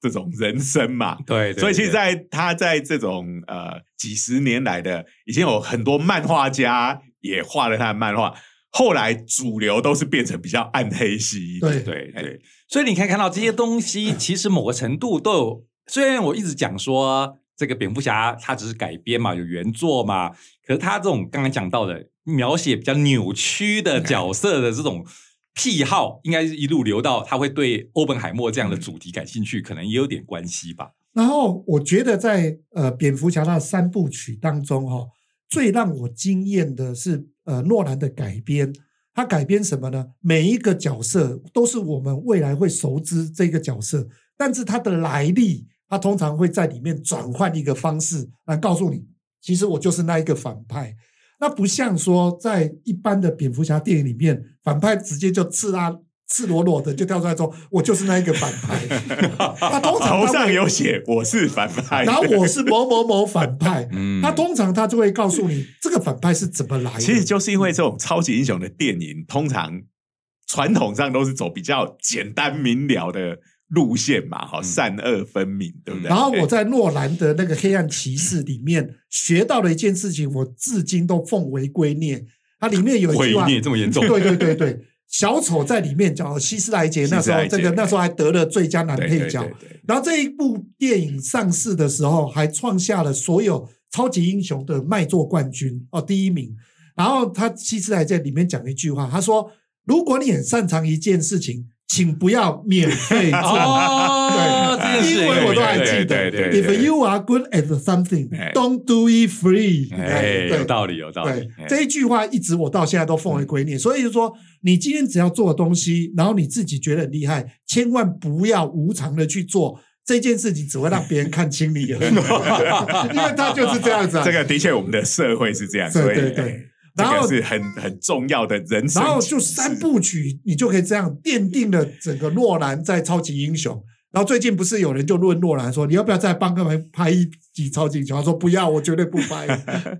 这种人生嘛，
对，对
所以其实
对
在他在这种呃几十年来的，已经有很多漫画家也画了他的漫画，后来主流都是变成比较暗黑系一点，
对
对对，哎所以你可以看到这些东西，其实某个程度都有。虽然我一直讲说这个蝙蝠侠它只是改编嘛，有原作嘛，可是他这种刚刚讲到的描写比较扭曲的角色的这种癖好，应该是一路流到他会对欧本海默这样的主题感兴趣，可能也有点关系吧。
然后我觉得在呃蝙蝠侠那三部曲当中哈、哦，最让我惊艳的是呃诺兰的改编。他改编什么呢？每一个角色都是我们未来会熟知这个角色，但是他的来历，他通常会在里面转换一个方式来告诉你，其实我就是那一个反派。那不像说在一般的蝙蝠侠电影里面，反派直接就赤啊赤裸裸的就跳出来说，我就是那一个反派。 他通常
头
他
上
会
有写我是反派，
然后我是某某某反派，
嗯
他通常他就会告诉你这个反派是怎么来的。
其实就是因为这种超级英雄的电
嗯
影，通常传统上都是走比较简单明了的路线嘛，哈，善恶分明，对不对？
嗯然后我在诺兰的那个《黑暗骑士》里面学到了一件事情，我至今都奉为圭臬。它里面有一
毁
句话，
灭这么严 重，
对对对对，小丑在里面叫希斯莱杰，那时候
希斯
这
莱杰
个那时候还得了最佳男
对
配角。
对对对
然后这一部电影上市的时候，还创下了所有超级英雄的卖座冠军哦，第一名。然后他希斯莱在里面讲一句话，他说：“如果你很擅长一件事情，请不要免费做。
哦，这件事
英文我都还记
对
得
对对
If you are good at something,
哎
don't do it free。”
哎，有
对
道理，有道理
对。，
哎
这一句话一直我到现在都奉为
嗯
圭臬。所以就说，你今天只要做的东西，然后你自己觉得很厉害，千万不要无偿的去做这件事情，只会让别人看清你 而 已。因为他就是这样子、啊。
这个的确，我们的社会是这样，
对
所以
对对
哎这
然后
个是很很重要的人生。
然后就三，部曲，你就可以这样奠定了整个诺兰在超级英雄。然后最近不是有人就论诺兰说，你要不要再帮他们拍一集超级英雄？他说不要，我绝对不 拍。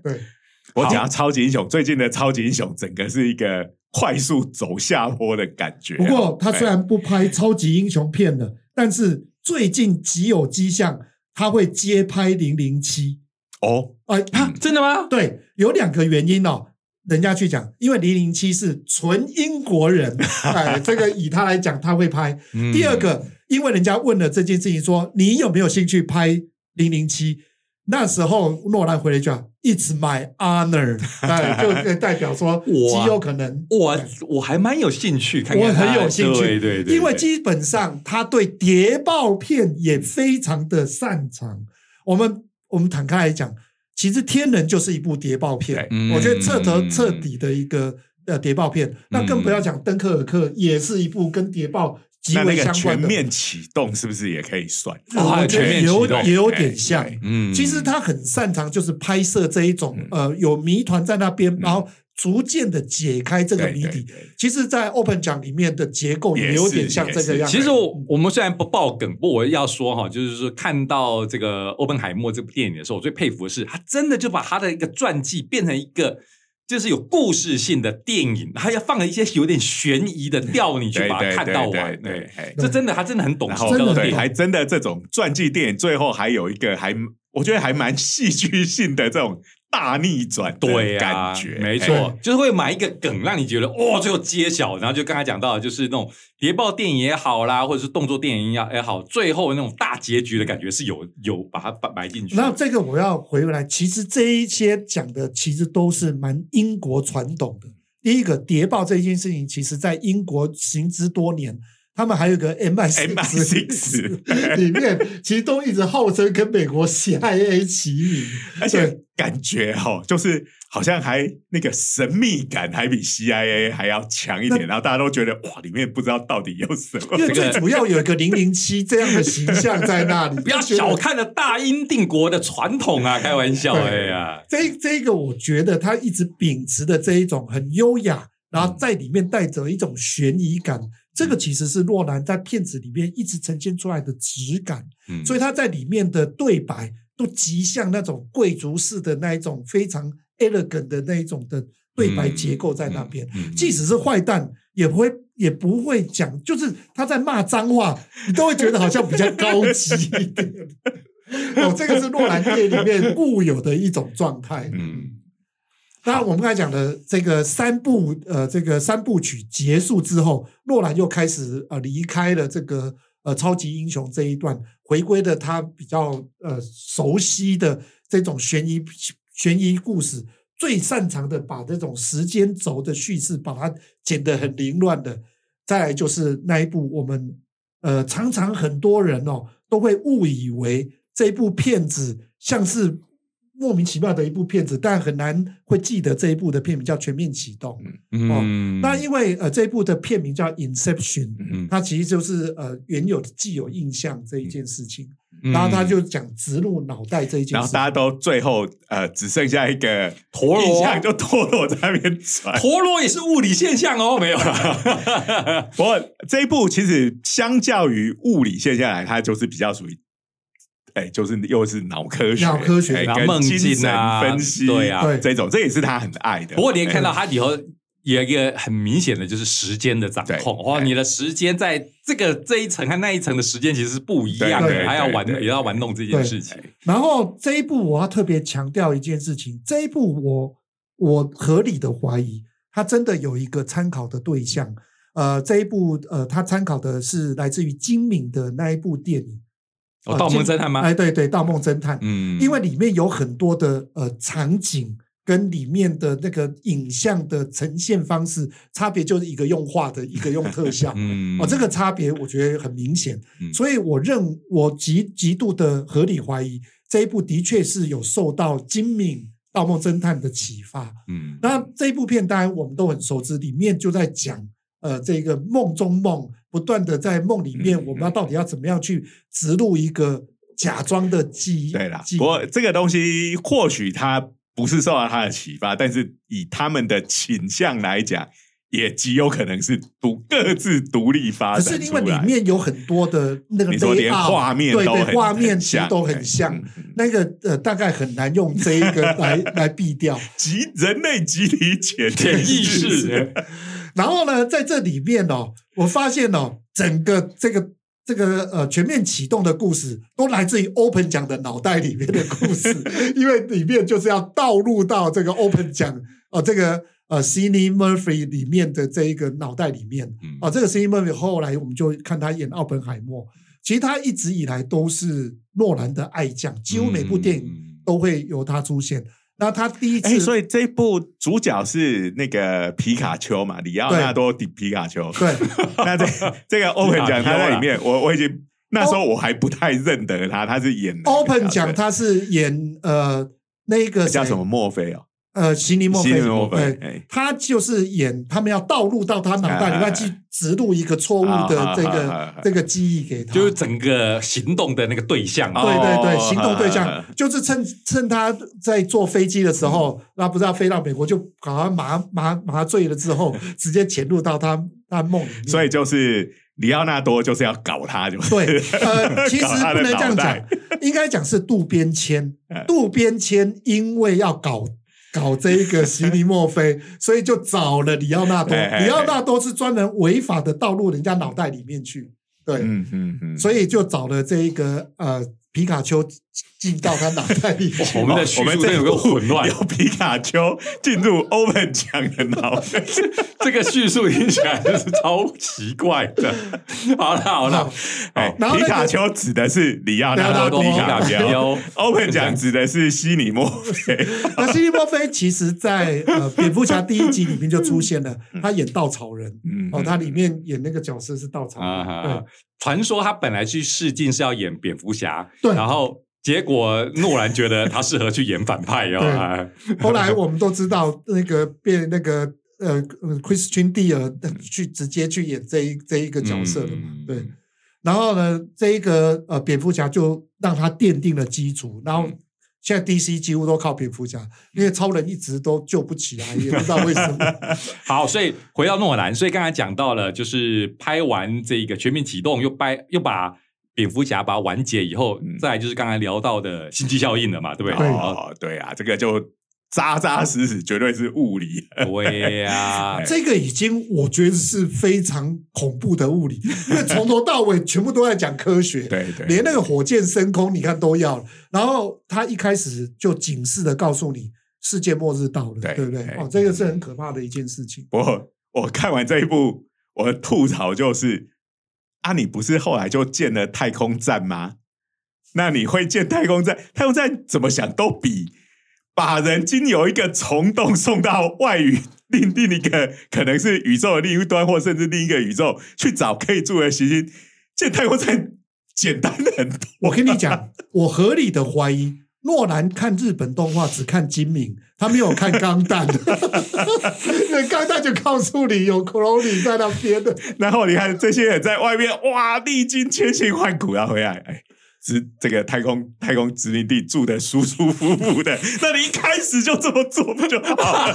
对，
我讲到超级英雄，最近的超级英雄整个是一个快速走下坡的感觉啊。
不过他虽
哎
然不拍超级英雄片了，但是最近极有迹象，他会接拍《零零七
哦，》。
哎，他
真的吗？
对有两个原因哦。人家去讲，因为《零零七》是纯英国人，哎，这个以他来讲，他会拍。
嗯
第二个，因为人家问了这件事情说你有没有兴趣拍《零零七》，那时候诺兰回了一句啊：“It's my honor。”哎，就代表说
我啊
极有可能
我我还蛮有兴趣看
我
看他，
很有兴趣，
对对对，
因为
对
基本上他对谍报片也非常的擅长。我们我们坦开来讲，其实《天人》就是一部谍报片，
嗯
我觉得彻头彻
嗯
底的一个呃谍报片。那更不要讲《敦刻尔克》，也是一部跟谍报极
那那
为
个
相
全
关的，
面启动是不是也可以算？
哦还有
我觉
全
得
面
有
启动
也有点像。
对嗯
嗯
其实他很擅长就是拍摄这一种、呃有谜团在那边，然后逐渐的解开这个谜
对
底
对对。
其实，在 Open 奖里面的结构
也
也
是
有点像这个样子。
其实我我们虽然不爆梗，不过我要说哈，就是说看到这个《欧本海默》这部电影的时候，我最佩服的是，他真的就把他的一个传记变成一个就是有故事性的电影，他要放了一些有点悬疑的调，你去
对
把它
对
看到完。
对对
哎，
哎
这真的他真的很懂
然
什
后
么
真
叫
的
对，
做
哦
电
还
影。
真的这种传记电影最后还有一个还我觉得还蛮戏剧性的这种大逆转的
对啊
感觉，，哎
没错，就是会埋一个梗，让你觉得哦，最后揭晓。然后就刚才讲到的，就是那种谍报电影也好啦，或者是动作电影也也好，最后那种大结局的感觉是有有把它埋进去的。
那这个我要回来，其实这一些讲的其实都是蛮英国传统的。第一个谍报这件事情，其实在英国行之多年，他们还有一个 MI
MI6
里面其实都一直号称跟美国 CIA 齐 名，
而且感觉哦，就是好像还那个神秘感还比 CIA 还要强一点，然后大家都觉得哇，里面不知道到底有什么
因。为
哦这个
最主要有一个零零七这样的形象在那里。
不要
就觉得
小看了大英帝国的传统啊，开玩笑，哎 呀，
这这个，我觉得他一直秉持的这一种很优雅，然后在里面带着一种悬疑感，这个其实是洛兰在片子里面一直呈现出来的质感。
嗯
所以他在里面的对白都极像那种贵族式的那一种非常 elegant 的那一种的对
嗯
白结构在那边。
嗯嗯
即使是坏蛋，也不会也不会讲，就是他在骂脏话，你都会觉得好像比较高级一点。哦，这个是诺兰电影里面固有的一种状态。
嗯，
当然，我们刚才讲的这个三部呃，这个三部曲结束之后，诺兰又开始呃离开了这个呃超级英雄这一段，回归了他比较呃熟悉的这种悬疑悬疑故事，最擅长的把这种时间轴的叙事把它剪得很凌乱的。再来就是那一部我们呃常常很多人哦都会误以为这部片子像是莫名其妙的一部片子，但很难会记得这一部的片名叫《全面启动》。
嗯，
哦那因为呃这一部的片名叫《Inception》，
嗯
它其实就是呃原有的既有印象这一件事情，
嗯
然后他就讲植入脑袋这一件
然后
事情
大。家都最后呃只剩下一个
陀螺
印象就陀螺在那边转。
陀螺也是物理现象哦，没有啦，
不过这一部其实相较于物理现象来，它就是比较属于，哎，就是又是脑科学、
脑科学
哎
然后
跟
梦
精
境啊
神分析，
对啊
对
这种这也是他很爱的。哎
不过你也看到它以后。有一个很明显的就是时间的掌控，
对
哇！
对
你的时间在这个这一层和那一层的时间其实是不一样
对
的，
对
还要
对
玩
对
也要玩弄这件事情。
然后这一部我要特别强调一件事情，这一部我我合理的怀疑，它真的有一个参考的对象。呃，这一部呃，它参考的是来自于金敏的那一部电影
哦，盗梦侦探
啊
吗？
哎，对对，《盗梦侦探》
嗯，
因为里面有很多的呃场景跟里面的那个影像的呈现方式差别，就是一个用画的，一个用特效。
嗯
哦，这个差别我觉得很明显，
嗯
所以我认我极极度的合理怀疑这一部的确是有受到金敏《盗梦侦探》的启发。
嗯
那这一部片当然我们都很熟知，里面就在讲呃这个梦中梦，不断的在梦里面，
嗯
我们要到底要怎么样去植入一个假装的记忆？
对啦
记，忆
不过这个东西或许它不是受到他的启发，但是以他们的倾向来讲，也极有可能是独各自独立发
可
展
是因为
出
里
来
面有很多的那个
你说连
layout，
画面
对
都
对，
很
画面
很
其实
像
都
对
很像
嗯嗯，
那个呃大概很难用这一个来 来避掉。
集人类集体潜
潜意识，
然后呢，在这里面哦，我发现哦，整个这个这个呃全面启动的故事，都来自于 Open 奖的脑袋里面的 故事，因为里面就是要倒入到这个 Open 奖呃这个呃 c i n e y Murphy 里面的这一个脑袋里面
嗯
哦、这个 c i n e y Murphy 后来我们就看他演奥本海默，其实他一直以来都是诺兰的爱将，几乎每部电影
嗯
都会由他出现。那他第一次，
哎、所以这一部主角是那个皮卡丘嘛，里奥纳多·迪皮卡丘。
对。
那这这个 Open 奖他在里面，我我已经那时候我还不太认得他，他是演哪个角
Open
色
奖他是演呃那个谁
叫什么？墨菲哦，
呃，席尼莫
西
菲
林诺，
对
本，哎
他就是演他们要倒入到他脑袋里
啊
面去植入一个错误的
啊
这
啊啊
个
啊
这个记忆给 他，
就是整个行动的那个对象嘛。
哦
对对对，行动对
啊啊嗯
象
啊
就是趁趁他在坐飞机的时候，那不知道飞到美国就搞他麻麻麻醉了之 后，直接潜入到他他梦里面。
所以就是里奥纳多就是要搞他，就是
对，呃，其实
搞他
不
的
能这样
脑
讲
袋，
应该讲是渡边谦
嗯。
渡边谦因为要搞搞这一个席尼墨菲，所以就找了里奥纳多。
哎哎哎
里奥纳多是专门违法的倒入人家脑袋里面去，对，
嗯嗯嗯，
所以就找了这一个呃皮卡丘进到他脑袋 里去。
哇我们的叙述真的有个混乱
有，皮卡丘进入 Open 强的脑袋，
这个叙述听起来就是超奇怪的。好了好了，
哎，
然后
皮
那个
卡丘指的是里奥
啊
纳多皮卡 丘
丘，
，Open 奖指的是西尼莫菲，
那西利波菲其实在，呃《蝙蝠侠》第一集里面就出现了，他演稻草人，
嗯
哦，他里面演那个角色是稻草
啊啊
人，
啊！传说他本来去试镜是要演蝙蝠侠，
对
然后结果诺兰觉得他适合去演反派哦。
对
啊
对。后来我们都知道，那个变那个呃呃，Christian d i o 去直接去演这一这一个角色了嘛，
嗯
对。然后呢，这一个呃，蝙蝠侠就让他奠定了基础，然后。现在 DC 几乎都靠蝙蝠侠，因为超人一直都救不起来，也不知道为什么。
好，所以回到诺兰，所以刚才讲到了，就是拍完这个《全面启动》，又掰又把蝙蝠侠把它完结以后，
嗯
再来就是刚才聊到的星际效应了嘛，对不对？
对
好
哦，对啊，这个就扎扎实实，绝对是物理。
对呀，
这个已经我觉得是非常恐怖的物理，因为从头到尾全部都在讲科学，
对对，
连那个火箭升空你看都要了。然后他一开始就警示的告诉你世界末日到了，
对哎
对不对
对？
哦，这个是很可怕的一件事情。
我我看完这一部，我的吐槽就是：啊，你不是后来就建了太空站吗？那你会建太空站？太空站怎么想都比把人经由一个虫洞送到外宇另另一个可能是宇宙的另一端，或甚至另一个宇宙去找可以住的行星，建太空站简单很多。
我跟你讲，我合理的怀疑。诺兰看日本动画只看精明，他没有看钢弹。那钢弹就告诉你有 c l o n y 在那边的，
然后你看这些人在外面哇，历经千辛万苦要回来，哎，殖这个太空太空殖民地住的舒舒服服的，那你一开始就这么做不就哦 好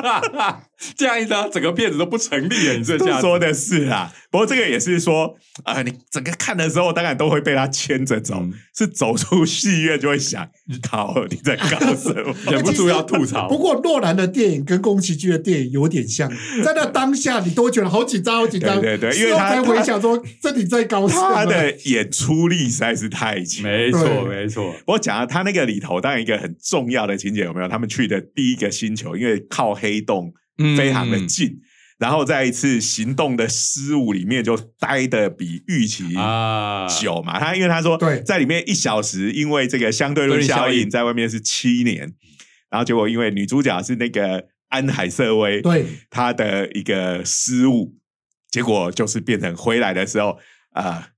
了？
这样一张整个片子都不成立了，你这
这
下子
说的是啦，不过这个也是说啊、你整个看的时候，当然都会被他牵着走，
嗯
是走出戏院就会想， 靠，你在搞什 么？
忍不住要吐槽
不。过诺兰的电影跟宫崎骏的电影有点像，在那当下你都会觉得好紧张，好紧张。
对对对因为他
事后才回想说这你在搞什么？
他的演出力实在是太强，
没错，
对
没错，
我讲啊，他那个里头，当然一个很重要的情节有没有？他们去的第一个星球，因为靠黑洞
嗯
非常的近，然后在一次行动的失误里面，就待的比预期
啊，
久嘛。他因为他说，
对
在里面一小时，因为这个相对论
对
效
效
应，
应
在外面是七年，然后结果因为女主角是那个安海瑟薇，
对
她的一个失误，结果就是变成回来的时候，啊，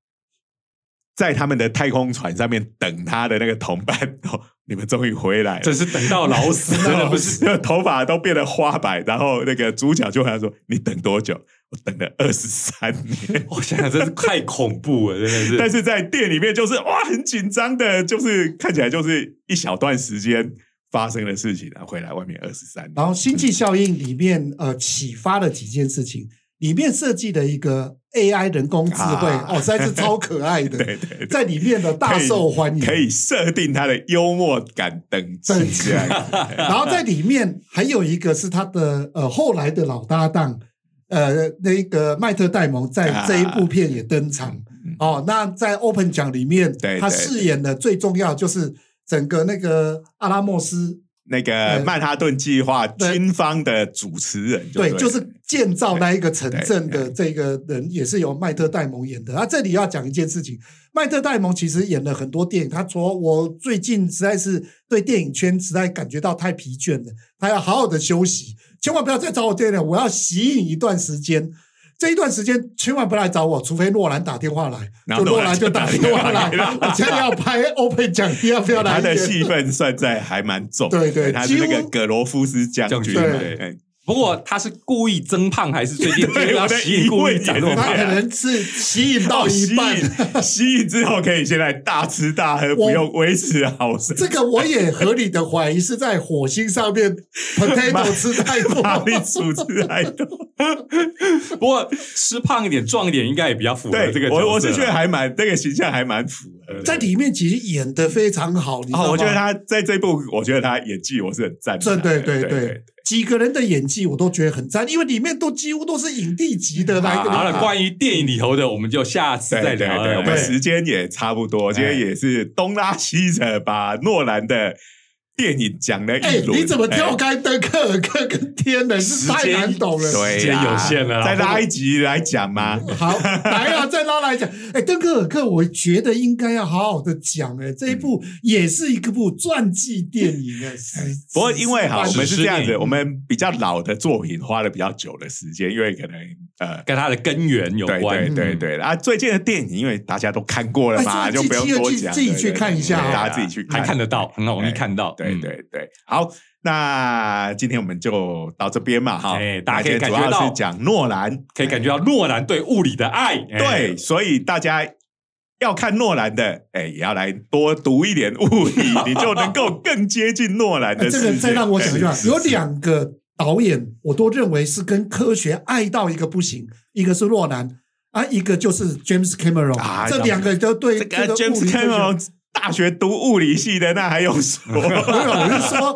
在他们的太空船上面等他的那个同伴， 哦，你们终于回来了，
真是等到老 死，真的不是。
那个头发都变得花白，然后那个主角就问他说：“你等多久？”我等了二十三年。
我想想，真是太恐怖了，真的是。
但是在店里面就是哇，很紧张的，就是看起来就是一小段时间发生的事情，然后回来外面二十三年
然后《星际效应》里面呃启发了几件事情，里面设计的一个 AI 人工智慧、
啊
哦，实在是超可爱 的，
对对对
在里面的大受欢迎。
可以设定他的幽默感等级
等级
这样。
然后在里面还有一个是他的呃后来的老搭档，呃，那个麦特戴蒙
啊
在这一部片也登场、哦。那在 Open 奖里面，
嗯对
他
对
饰演的最重要就是整个那个阿拉莫斯，
那个曼哈顿计划军方的主持人，
对，
对，
就是建造那一个城镇
对
的这个人，也是由麦特戴蒙演的。那这里要讲一件事情，麦特戴蒙其实演了很多电影，他说我最近实在是对电影圈实在感觉到太疲倦了，他要好好的休息，千万不要再找我电影了，我要息影一段时间。这一段时间千万不来找我，除非诺兰打电话来，
然后
就
诺
诺
兰
兰
就
就
打
打
电
电
话
话来
来了。
我今天要拍 open 奖，你要不要来
他
一点？
的戏份算在还蛮重，
对对
他是那
几
个
乎
葛罗夫斯将
将
军
军
嘛，
对
嗯
不过他是故意增胖，还是最近
对
最近要
我在
吸引故意长那
疑
么
问也
他可
是
胖？
能是吸引到
哦吸
一半。
引 吸引之后，可以现在大吃大喝，不
我
用维持好 身
这个我也合理的怀疑是在火星上面 potato 吃太多，
马力数字太 多。
不过吃胖一点、壮一点，应该也比较符合
对，
这个角色啦。啊
我我是觉得还蛮这个形象还蛮符合的。
在里面其实演的非常好，你知道吗？
哦，我觉得他在这部，我觉得他演技我是很赞
这
赏的。
对对
对
对，几个人的演技我都觉得很赞，因为里面都几乎都是影帝级
啊
的来
好
的。
了，关于电影里头的，我们就下次再
对对
聊
对，
了。
我们
对哎
时间也差不多，今天也是东拉西扯，把诺兰的电影讲了
哎
一，轮。
你怎么
哎
跳开敦刻尔克跟天人？是太难懂了。嗯
对
时间
呀
有限了啦
再拉一集来讲吗？
好，来了，再拉来讲。哎，敦刻尔克，我觉得应该要好好的讲。哎，这一部
嗯
也是一个部传记电影啊。是
不过因为哈，
是
我们是
是
这样子，
你
我们比较老的作品花了比较久的时间，因为可能呃。
跟它的根源有
对
关。嗯
对
嗯
对对，啊，最近的电影因为大家都看过了嘛，
哎
就
最近
不用
记得
多
去
讲，
自己
对
去
对
看一下
对
啊
大家自己去
还看得到，很容易看到。
对
嗯，
对对，好，那今天我们就到这边嘛，哈，
哎大家可以
那今天
感觉
主要
到
是讲诺兰，
可以感觉到诺兰对物理的爱。哎
对，所以大家要看诺兰的，哎，也要来多读一点物 理，你就能够更接近诺兰
哎
的
这
世
个
界。
再让我讲一
对
下，有两个导演，我都认为是跟科学爱到一个不行，一个是洛兰啊，一个就是 James Cameron，、
啊
这两个都对
这个
这个物
James
理科学
Cameron 大学读物理系的，那还用
没
说？
有，我是说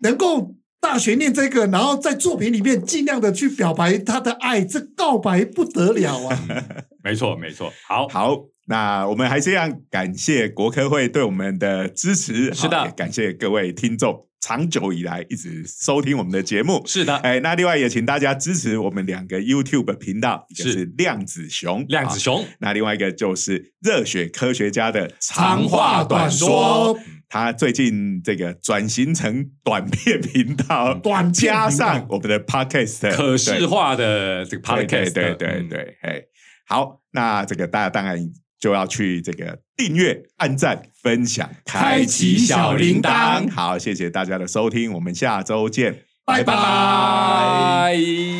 能够。大学念这个，然后在作品里面尽量的去表白他的爱，这告白不得了啊！
嗯
没错没错。好，
好。那我们还是要感谢国科会对我们的支持，
是的
好也感谢各位听众长久以来一直收听我们的节目。
是的，
哎，那另外也请大家支持我们两个 YouTube 频道，一个
是
是量子熊，
量子
啊
熊
那另外一个就是热血科学家的
长话短说，
他最近这个转型成短片频道，
短片频
加
道
上我们的 Podcast
可视
对
化的这个 podcast，
对对对
嗯
对，哎、好，那这个大家当然就要去这个订阅、按赞、分享、
开启小铃铛
好，谢谢大家的收听，我们下周见，
拜拜
拜。